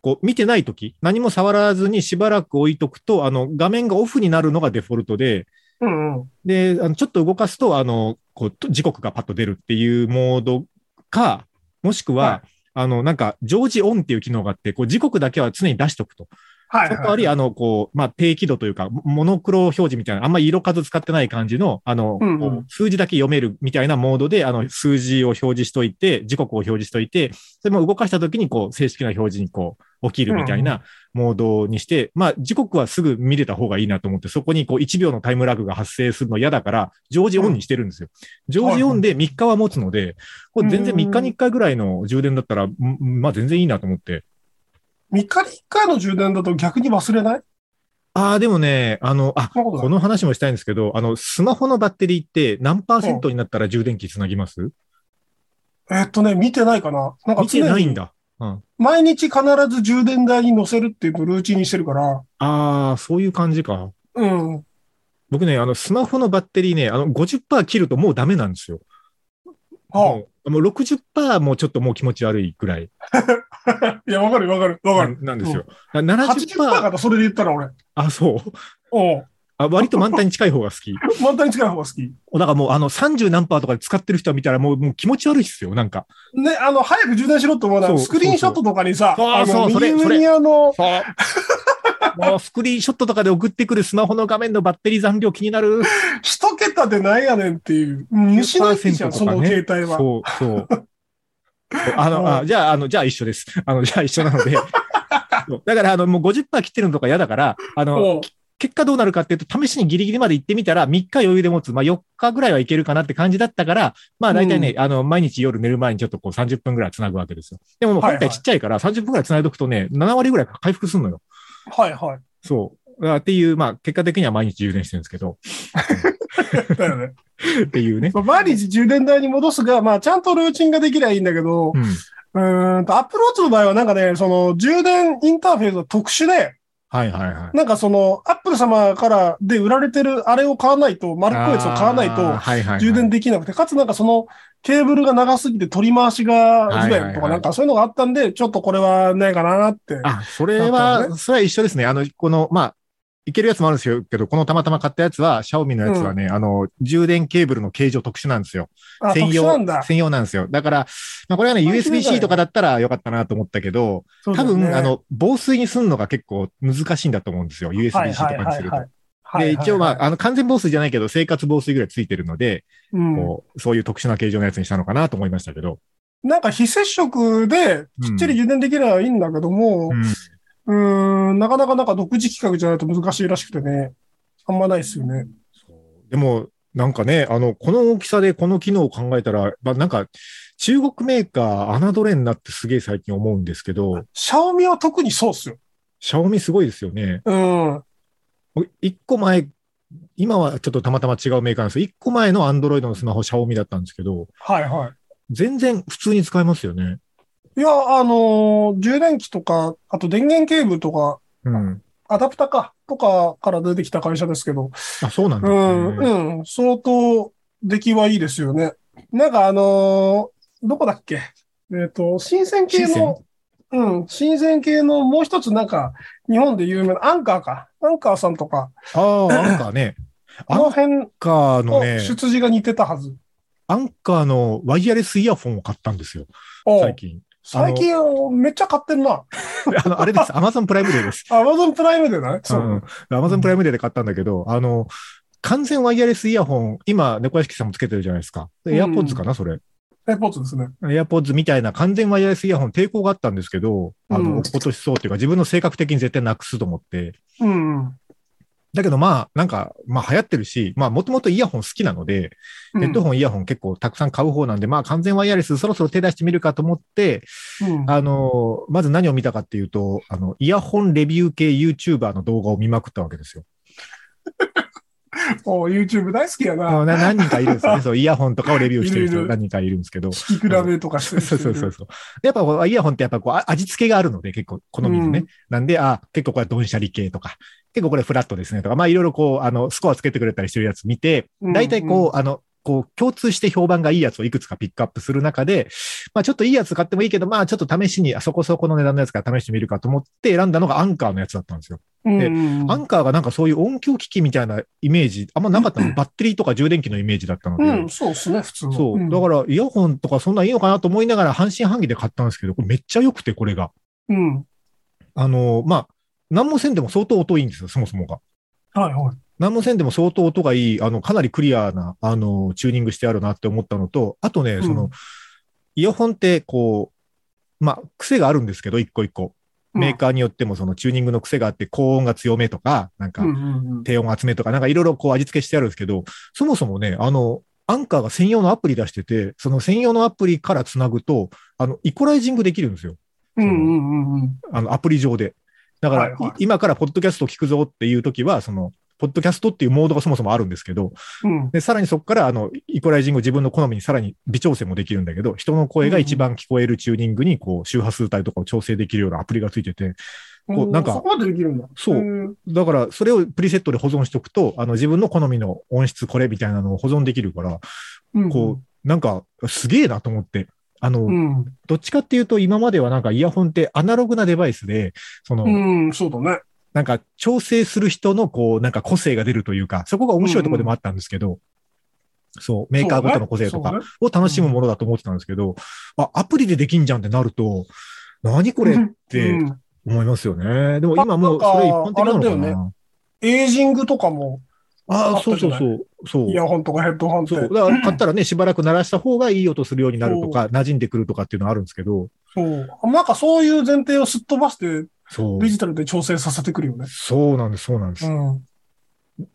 こう、見てないとき、何も触らずにしばらく置いとくと、あの、画面がオフになるのがデフォルトで、うんうん。で、あのちょっと動かすと、あの、こう、と時刻がパッと出るっていうモードか、もしくは、はあの、なんか、常時オンっていう機能があって、こう、時刻だけは常に出しとくと。はい、そこあはい。り、あの、こう、まあ、低輝度というか、モモノクロ表示みたいな、あんまり色数使ってない感じの、あの、うんうんこう数字だけ読めるみたいなモードで、あの、数字を表示しといて、時刻を表示しといて、それも動かした時に、こう、正式な表示に、こう、起きるみたいなモードにして、まあ、時刻はすぐ見れた方がいいなと思って、そこに、こう、1秒のタイムラグが発生するの嫌だから、常時オンにしてるんですよ。常時オンで3日は持つので、これ全然3日に1回ぐらいの充電だったら、んまあ、全然いいなと思って。 3日に1回の充電だと逆に忘れないああ、でもね、あの、あ、そんなことなこいの話もしたいんですけど、あの、スマホのバッテリーって何パーセントになったら充電器つなぎますえっとね、見てないかななんか見て常ないんにだ。毎日必ず充電台に乗せるっていうのをルーチンにしてるから、ああ、そういう感じか。うん。僕ね、あの、スマホのバッテリーね、あの、50%切るともうダメなんですよ。はもうもう60%もうちょっともう気持ち悪いくらいあ、いや、わかるよわかるわなかる。んなんですよ。だから80%だか70%、らそれで言ったら俺。あ、そう。おうあ割と満タンに近い方が好き。満タンに近い方が好き。だからもうあの30何パーとかで使ってる人は見たらもうもう気持ち悪いっすよ、なんか。ね、あの、早く充電しろって思うのそうは、スクリーンショットとかにさ、そうそうあのそうそうそれ右上にあの、そう。 もうスクリーンショットとかで送ってくるスマホの画面のバッテリー残量気になる。一桁でないやねんっていう。見失ないじゃ10%ん、その携帯は。そう、そう。あの、あじゃあ、あの、じゃあ一緒です。あの、じゃあ一緒な ので。そうだから、あの、もう50%切ってるのとか嫌だから、あの、うん結果どうなるかっていうと、試しにギリギリまで行ってみたら、3日余裕で持つ、まあ4日ぐらいはいけるかなって感じだったから、まあ大体ね、あの、毎日夜寝る前にちょっとこう30分ぐらい繋ぐわけですよ。でももうはいはい本体ちっちゃいから30分ぐらい繋いどくとね、7割ぐらい回復するのよ。はいはい。そう。あっていう、まあ結果的には毎日充電してるんですけど、だ よね。っていう ね。まあ毎日充電台に戻すが、まあ、ちゃんとルーチンができりゃいいんだけど、うん。うーんと、アップローチの場合はなんかね、その、充電インターフェースは特殊で、はいはいはい。なんかその、アップル様からで売られてるあれを買わないと、丸っこいやつを買わないと、と充電できなくて、かつなんかそのケーブルが長すぎて取り回しが不はいは便いはとかいなんかそういうのがあったんで、ちょっとこれはないかなって。あ、それなんかは、それは一緒ですね。あの、この、まあ、いけるやつもあるんですよけど、このたまたま買ったやつは、シャオミのやつはね、あの、充電ケーブルの形状特殊なんですよ。あ、特専殊用なんだ。専用なんですよ。だから、まあ、これはね、これ一緒だよ USB-C とかだったらよかったなと思ったけど、そうだ多よね分、あ、の、防水にすんのが結構難しいんだと思うんですよ。USB-C とはいかはいにはすいるはとい。。はいで、はいはい一応、まあ、あの、完全防水じゃないけど、生活防水ぐらいついてるので、うんこう、そういう特殊な形状のやつにしたのかなと思いましたけど。なんか非接触できっちり充電できればいいんだけどもう、んうーん、なかなかなんか独自企画じゃないと難しいらしくてね、あんまないですよね。そうでも、なんかね、あの、この大きさでこの機能を考えたら、まあ、なんか、中国メーカー、侮れんなってすげえ最近思うんですけど、シャオミは特にそうっすよ。シャオミすごいですよね。うん。僕一個前、今はちょっとたまたま違うメーカーなんですけど、一個前のアンドロイドのスマホ、シャオミだったんですけど、はいはい。全然普通に使えますよね。いや、あのー充電器とか、あと電源ケーブルとか、うん。アダプタか、とかから出てきた会社ですけど、あ、そうなんうだ。ん、うん、相当出来はいいですよね。なんかあのーどこだっけえっ、と、新鮮系深センの、うん、新鮮系のもう一つなんか、日本で有名なアンカーか。アンカーさんとか、ああ、アンカーね。あアのン辺カーののね、出自が似てたはず。アンカーのワイヤレスイヤホンを買ったんですよ、おう最近。最近めっちゃ買ってんな。 あの、あれです。アマゾンプライムデーです。アマゾンプライムでね。そう。アマゾンプライムデーで買ったんだけど、あの、完全ワイヤレスイヤホン、今、猫屋敷さんもつけてるじゃないですか。んエアポッズかな、それ。エポーツですね。エアポッズみたいな完全ワイヤレスイヤホン抵抗があったんですけど、あうんの、落っことしそうっていうか、自分の性格的に絶対なくすと思って。うんうん。だけどまあ、なんか、まあ流行ってるし、まあもともとイヤホン好きなので、うんヘッドホン、イヤホン結構たくさん買う方なんで、まあ完全ワイヤレスそろそろ手出してみるかと思って、うんあの、まず何を見たかっていうと、あの、イヤホンレビュー系 YouTuber の動画を見まくったわけですよ。おう YouTube 大好きやな。あな何人かいるんですよ ね。そう、イヤホンとかをレビューしてるい人るいる何人かいるんです けど。そ聞き比べとかしてうそうそうそう。やっぱこうイヤホンってやっぱこうあ味付けがあるので結構好みのね。うんなんで、あ、結構これはドンシャリ系とか、結構これフラットですねとか、まあいろいろこう、あの、スコアつけてくれたりしてるやつ見て、うん大体こう、あの、こう共通して評判がいいやつをいくつかピックアップする中で、まあちょっといいやつ買ってもいいけど、まあちょっと試しに、あそこそこの値段のやつから試してみるかと思って選んだのがアンカーのやつだったんですよ。うんうんうんアンカーがなんかそういう音響機器みたいなイメージ、あんまなかったの。バッテリーとか充電器のイメージだったので。うん、そうですね、普通はそんう。だから、イヤホンとかそんなんいいのかなと思いながら半信半疑で買ったんですけど、これめっちゃ良くて、これが。うん。あのーまあ、何もせんでも相当音いいんですよ、そもそもが。はいはい。何もせんでも相当音がいい、あの、かなりクリアな、あのー、チューニングしてあるなって思ったのと、あとね、その、うんイヤホンって、こう、まあ、癖があるんですけど、一個一個。メーカーによっても、その、チューニングの癖があって、高音が強めとか、なんかう、んうんうん低音集めとか、なんかいろいろこう味付けしてあるんですけど、そもそもね、あの、アンカーが専用のアプリ出してて、その専用のアプリからつなぐと、あの、イコライジングできるんですよ。うんうんうんうん。あの、アプリ上で。だから、はいはいい今からポッドキャスト聞くぞっていう時は、その、ポッドキャストっていうモードがそもそもあるんですけど、うんで、さらにそこから、あの、イコライジングを自分の好みにさらに微調整もできるんだけど、人の声が一番聞こえるチューニングに、こう、周波数帯とかを調整できるようなアプリがついてて、こうなんかそこまでできるんだ。そううんだから、それをプリセットで保存しておくと、あの、自分の好みの音質これみたいなのを保存できるから、うん。こう、なんか、すげえなと思って。あの、うん。どっちかっていうと、今まではなんかイヤホンってアナログなデバイスで、その、うん、そうだね。なんか調整する人のこう、なんか個性が出るというか、そこが面白いところでもあったんですけど、そう、メーカーごとの個性とかそうねを楽しむものだと思ってたんですけど、あ、アプリでできんじゃんってなると、何これっそうねてうん思いますよね。でも今もうあそれ一般的なのかあれだよな。エイジングとかも、ああ、あっそたうじそゃうないそう。そうイ。ヤホンとかヘッドホンって。そう。だから買ったらね、しばらく鳴らした方がいい音するようになるとか、馴染んでくるとかっていうのはあるんですけど、そう。なんかそういう前提をすっ飛ばして、そうデ。ジタルで調整させてくるよね。そうなんです、そうなんですう。ん。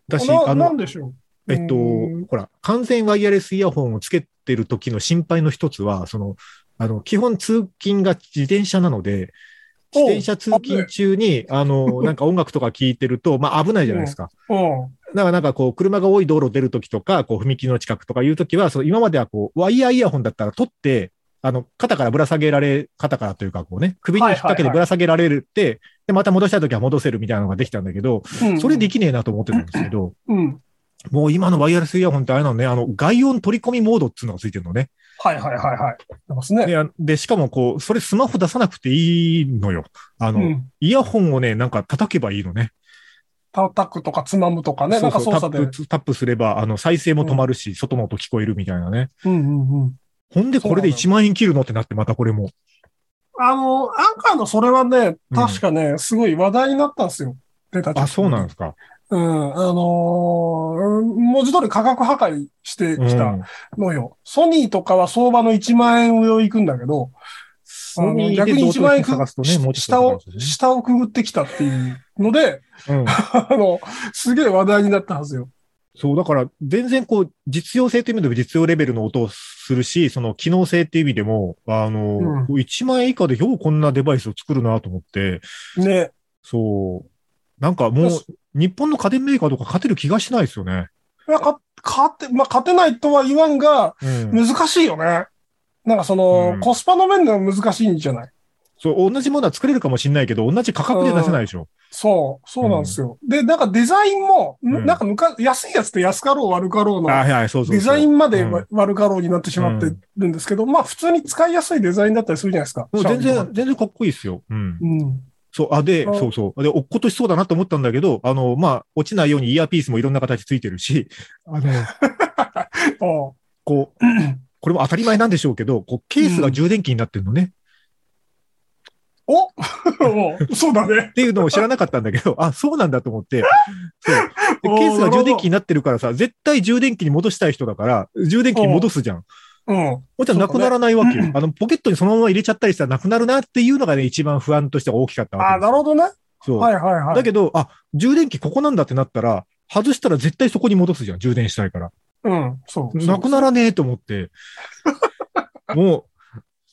だし、なあなのん、でしょう。えっとうん、ほら、完全ワイヤレスイヤホンをつけてる時の心配の一つは、その、あの、基本通勤が自転車なので、お自う転車通勤中に、あの、なんか音楽とか聞いてると、まあ危ないじゃないですか。うん。だからなんかこう、車が多い道路出るときとか、こう、踏切の近くとかいうときは、そう、今まではこう、ワイヤーイヤホンだったら取って、あの、肩からぶら下げられ、肩からというかこうね、首に引っ掛けてぶら下げられるって、で、また戻したいときは戻せるみたいなのができたんだけど、うんそれできねえなと思ってたんですけど、うん。もう今のワイヤレスイヤホンってあれなのね、あの、外音取り込みモードっていうのがついてるのね。はいはいはいはい。なんかすね。で、あでしかもこう、それスマホ出さなくていいのよ。あうの、ん。イヤホンをね、なんか叩けばいいのね。叩くとかつまむとかね、なんか操タ作で。ップ、タップすれば、あの、再生も止まるし、外の音聞こえるみたいなね。うんうんうん。ほんで、これでそうなの1万円切るのってなって、またこれも。あの、アンカーのそれはね、うん確かね、すごい話題になったんですよ。出た直後にあ、そうなんですか。うん、あのーうん文字通り価格破壊してうんきたのよ。ソニーとかは相場の1万円上を行くんだけけど、あのソニーで逆に1万円く同等の人探すとねしもうち下ょっをと、です下をくぐってきたっていうので、ね うん。あの、すげえ話題になったはずよ。そう、だから、全然こう、実用性という意味でも実用レベルの音をするし、その機能性っていう意味でも、あの、うんこう1万円以下でようこんなデバイスを作るなと思って、ね。そう。なんかもよう、日本の家電メーカーとか勝てる気がしないですよね。いやか勝て、まあ、勝てないとは言わんが、うん。難しいよね。なんかその、うんコスパの面では難しいんじゃないそう、同じものは作れるかもしれないけど、同じ価格で出せないでしょ。そう、そうなんですよ。で、なんかデザインも、んうんなんか昔安いやつって安かろう悪かろうのあ、はいはい、そうそうそう。デザインまでうん悪かろうになってしまってるんですけど、まあ普通に使いやすいデザインだったりするじゃないですか。もう全シャオミ然、とか。全然かっこいいですよ。うん。うん。そう、あ、で、あそうそう。で、落っことしそうだなと思ったんだけど、あの、まあ、落ちないようにイヤーピースもいろんな形ついてるし、あの、あ こう、これも当たり前なんでしょうけど、こう、ケースが充電器になってるのね。おもうそうだねっ。ていうのを知らなかったんだけ ど、あ、そうなんだと思って。そう。でおーケースが充電なるほ器どになってるからさ、絶対充電器に戻したい人だから、充電器に戻すじゃん。うん。もちろんなくならないわけよ。あの、ポケットにそのまま入れちゃったりしたらなくなるなっていうのがね、一番不安としては大きかったわけあ、なるほどね。そう。はいはいはい。だけど、あ、充電器ここなんだってなったら、外したら絶対そこに戻すじゃん、充電したいから。うん、そう。なくならねえと思っ て。もう、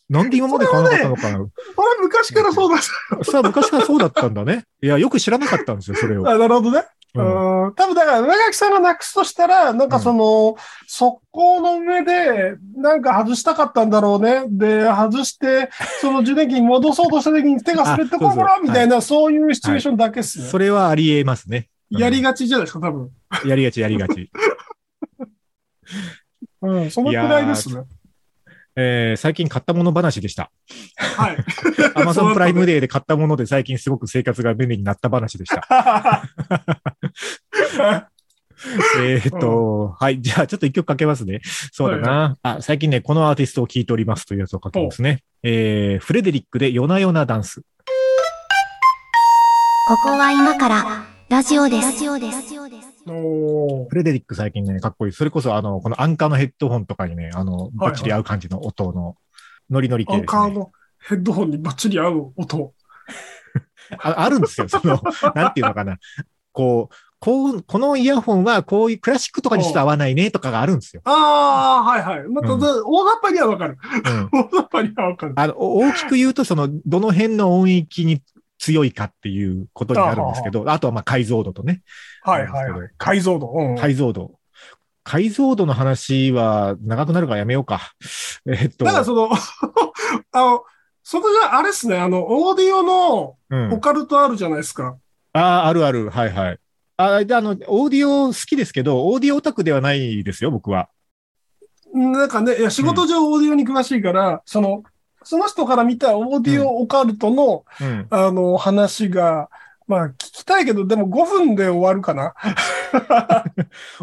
なんで今まで買わなかったのかな。そう。これ昔からそうだった。さあ、昔からそうだったんだね。いや、よく知らなかったんですよ、それを。あなるほどね。ううんん。多分だから、上垣さんがなくすとしたら、なんかその、速攻の上で、なんか外したかったんだろうね。で、外して、その充電器に戻そうとした時に手が滑ってこあそうそうらみたいな、そういうシチュエーションだけっすね。それはありえますね。うんやりがちじゃないですか、多分。やりがち、やりがち。うん、そのくらいですね。えー最近買ったもの話で した。はい。 アマゾンプライムデーで買ったもので最近すごく生活が便利になった話で した。えーっと、はい。じゃあ、ちょっと一曲かけますね。そうだな。あ、最近ね、このアーティストを聴いておりますというやつをかけますね。えー、フレデリックで夜な夜なダンス。ここは今からラジオです。ラジオです。おーフレデリック最近ね、かっこいい。それこそ、あの、このアンカーのヘッドホンとかにね、あの、はいバッチリ合う感じの音の、ノリノリ系アです、ンね。カーのヘッドホンにバッチリ合う音。あ あるんですよ。その、なんていうのかな。こう、こう、このイヤホンはこういうクラシックとかにちょっと合わないねとかがあるんですよ。ああ、はいはい。また、うん大雑把にはわかる。うん。大雑把にはわかる。あの、お大きく言うと、その、どの辺の音域に強いかっていうことになるんですけど、あとはまあ解像度とね。はいはいなんはでい。解像度。うん。解像度。解像度の話は長くなるからやめようか。えっと、だからその、 あの、そこがあれですね、あの、オーディオのうんオカルトあるじゃないですか。ああー、あるある。はいはい。あであの、オーディオ好きですけど、オーディオオタクではないですよ、僕は。なんかね、いや仕事上オーディオに詳しいから、その、その人から見たオーディオオカルトの、うん。あの、話が、まあ、聞きたいけど、でも5分で終わるかな。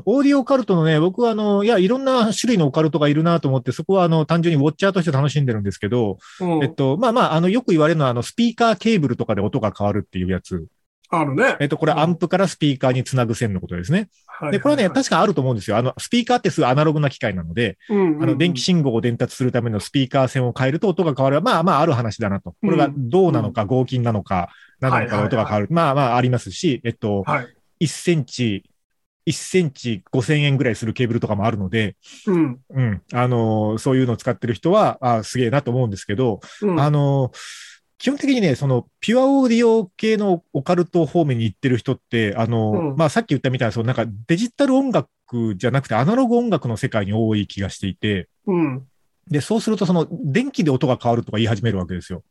オーディオオカルトのね、僕はあの、いや、いろんな種類のオカルトがいるなと思って、そこはあの、単純にウォッチャーとして楽しんでるんですけど、うんえっと、まあまあ、あの、よく言われるのは、あの、スピーカーケーブルとかで音が変わるっていうやつ。あるね。えっと、これうんアンプからスピーカーにつなぐ線のことですね。はいで、これはね、はいはい確かあると思うんですよ。あの、スピーカーってすぐアナログな機械なので、うんうんあの、電気信号を伝達するためのスピーカー線を変えると音が変わる。まあまあ、ある話だなと。これが銅なのか合金なのか、何なのかで音が変わる。まあまあ、ありますし、えっと、はい。 1センチ、1センチ5000円ぐらいするケーブルとかもあるので、うん。うん、あのそういうのを使ってる人は、あすげえなと思うんですけど、うんあの、基本的にね、その、ピュアオーディオ系のオカルト方面に行ってる人って、あの、うんまあ、さっき言ったみたいな、そのなんかデジタル音楽じゃなくて、アナログ音楽の世界に多い気がしていて、うん。で、そうすると、その、電気で音が変わるとか言い始めるわけですよ。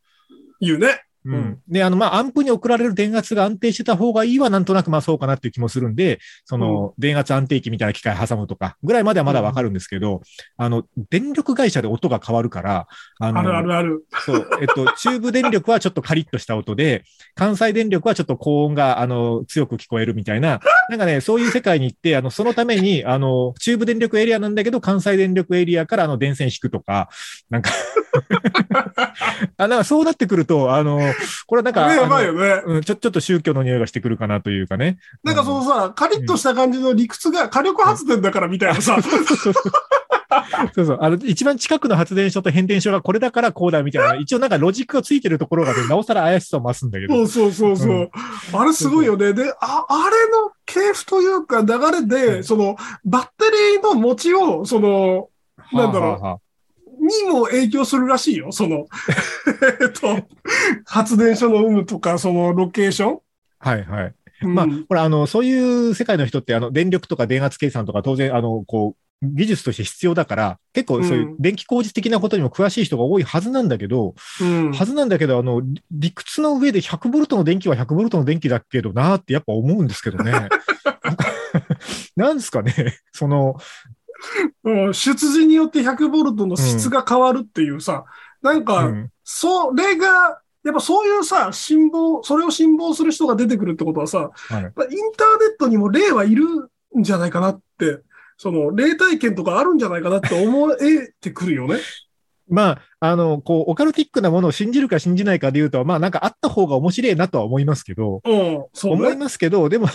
言うね。うんうんで、あの、まあ、アンプに送られる電圧が安定してた方がいいは、なんとなくまあそうかなっていう気もするんで、その、電圧安定器みたいな機械挟むとか、ぐらいまではまだわかるんですけど、あの、電力会社で音が変わるから、あの、あるあるある。そう。えっと、中部電力はちょっとカリッとした音で、関西電力はちょっと高音が、あの、強く聞こえるみたいな、なんかね、そういう世界に行って、あの、そのために、あの、中部電力エリアなんだけど、関西電力エリアから、あの、電線引くとか、なん かあ、なんかそうなってくると、あの、これはなんか、あれやばいあよのね。うん、ちょ、ちょっと宗教の匂いがしてくるかなというかね。なんかそのさ、カリッとした感じの理屈が火力発電だからみたいなさ。そうそう。あの、一番近くの発電所と変電所がこれだからこうだみたいな、一応なんかロジックがついてるところがね、なおさら怪しさを増すんだけどそ。うそうそうそう。うんあれすごいよね。で、あ、あれの系譜というか流れで、うんその、バッテリーの持ちを、その、なんだろうはあはあはあにも影響するらしいよ。その、えっと、発電所の有無とか、そのロケーショはいはい。ン。まあうん、ほら、あの、そういう世界の人って、あの、電力とか電圧計算とか、当然、あの、こう、技術として必要だから、結構そういううん電気工事的なことにも詳しい人が多いはずなんだけど、うんはずなんだけど、あの、理理屈の上で100ボルトの電気は100ボルトの電気だけどなーってやっぱ思うんですけ どね。なんかなんですかね、その、うん出自によって100ボルトの質が変わるっていうさ、なんうか、んそれが、やっぱそういうさ、辛抱、それを辛抱する人が出てくるってことはさ、はいやっぱインターネットにも例はいるんじゃないかなって、その、例体験とかあるんじゃないかなって思えてくる よね。まあ、あの、こう、オカルティックなものを信じるか信じないかで言うと、まあ、なんかあった方が面白いなとは思いますけど、うん、そ う思いね。ますけど、でも、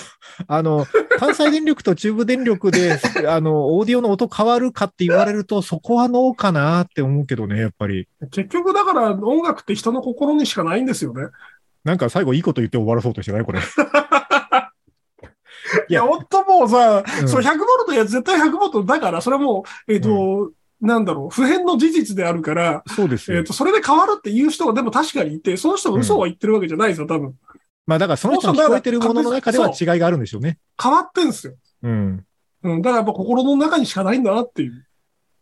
あの、関西電力と中部電力で、 あの、オーディオの音変わるかって言われると、そこはノーかなって思うけどね、やっぱり。結局だから音楽って人の心にしかないんですよね。なんか最後いいこと言って終わらそうとして ないこれ。いや、ほんともうさ、うんそれ100ボルト、いや、絶対100ボルトだから、それはもう、えっ、と、なんだろう、普遍の事実であるから、そうですえっ、よ。と、それで変わるっていう人がでも確かにいて、その人が嘘は言ってるわけじゃないですよ、多分。まあだからその人の聞こえてるものの中では違いがあるんでしょうね。変わってんですよ。うん。うん、だからやっぱ心の中にしかないんだなっていう。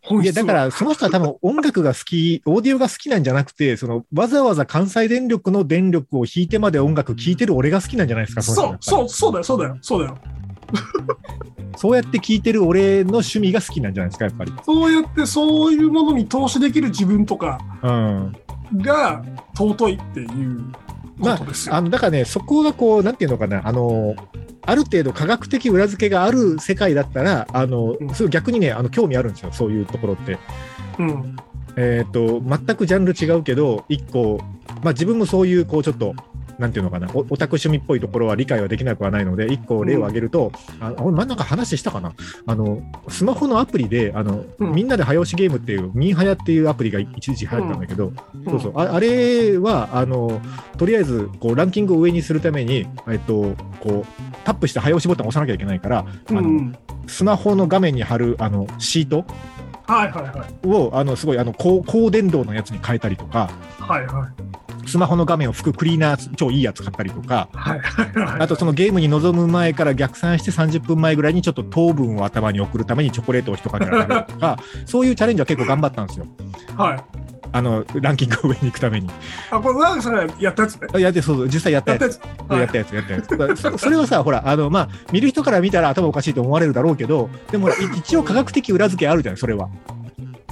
本い質や、はだからその人は多分音楽が好き、オーディオが好きなんじゃなくて、そのわざわざ関西電力の電力を引いてまで音楽聴いてる俺が好きなんじゃないですか、そう、そう、そうだよ。よ、そうだよ、そうだよ。そうやって聴いてる俺の趣味が好きなんじゃないですか、やっぱり。そうやって、そういうものに投資できる自分とかうん。が尊いっていうことですよ。あのだからね、そこがこう、なんていうのかな、あのある程度科学的裏付けがある世界だったら、あのうんすごい逆にね、あの興味あるんですよ、そういうところって。うん。えっと全くジャンル違うけど、一個、まあ、自分もそういう、こうちょっと、なんていうのかな、おオタク趣味っぽいところは理解はできなくはないので、一個例を挙げると、あの真ん中話したかな、あのスマホのアプリであの、うんみんなで早押しゲームっていう、ミンハヤっていうアプリが一時流行ったんだけど、そうそうああれはあのとりあえずこうランキングを上にするために、えっと、こうタップして早押しボタンを押さなきゃいけないから、うん。あうのん。スマホの画面に貼るあのシートはいはいはい。をあのすごいあの高高電動のやつに変えたりとかはいはい。スマホの画面を拭くクリーナー超いいやつ買ったりとか。はいはいはい。あとそのゲームに臨む前から逆算して30分前ぐらいにちょっと糖分を頭に送るためにチョコレートを一かけられるとかそういうチャレンジは結構頑張ったんですよはい。あのランキングを上に行くためにあ、これ、なんかそれやったやつね。あいやでそうそう実際やったややっつたやつ。やったやつ、やったやつ。だからそそ れはさ、ほら、あの、まあ、見る人から見たら頭おかしいと思われるだろうけど、でもほらい一応科学的裏付けあるじゃない、それは。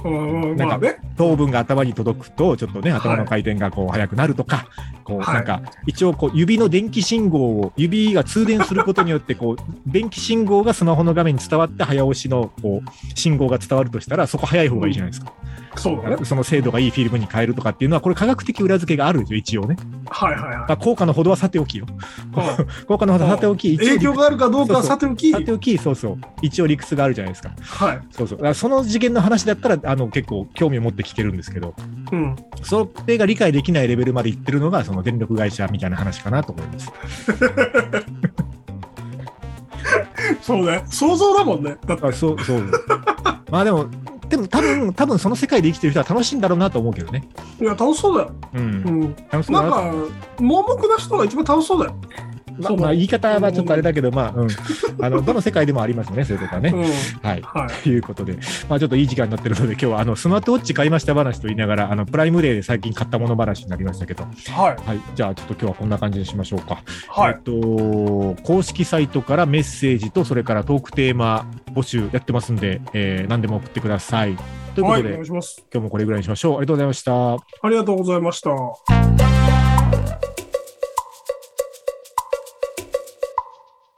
うんうん、なんまかあね。糖分が頭に届くと、ちょっとね、頭の回転がこう速くなるとか、こうはいなんか、一応こう指の電気信号を、指が通電することによって、こう、電気信号がスマホの画面に伝わって、早押しのこう信号が伝わるとしたら、そこ早い方がいいじゃないですか。そうだね。その精度がいいフィルムに変えるとかっていうのは、これ科学的裏付けがあるんですよ、一応ね。はいはいまあ、効果のほどはさておきよ。はいうん。効果のほどはさておき、一応影響があるかどうかはそさておき、さておき、そうそう。一応理屈があるじゃないですか。はい。そうそう。だからその次元の話だったら、あの、結構興味を持って聞けるんですけど、うん。それが理解できないレベルまでいってるのが、その電力会社みたいな話かなと思います。そうね。想像だもんね。だってあそう、そう。 まあでも、でも多分、多分その世界で生きてる人は楽しいんだろうなと思うけどね。いや、楽しそうだよ。う。うんん。楽しそうだなんなと。か、盲目な人が一番楽しそうだよ。まそあうまあ、言い方はちょっとあれだけど、 まあ、うん。あの、どの世界でもありますよね、そういうことはうね。ん。はい。はい。ということで、まあ、ちょっといい時間になってるので、今日はあのスマートウォッチ買いました話と言いながら、あのプライムデーで最近買ったもの話になりましたけど、はい。はい、じゃあちょっと今日はこんな感じにしましょうか。はえいっ。と、公式サイトからメッセージと、それからトークテーマ募集やってますんで、えー何でも送ってください。というこはとい。おで、願いします。今日もこれぐらいにしましょう。ありがとうございました。ありがとうございました。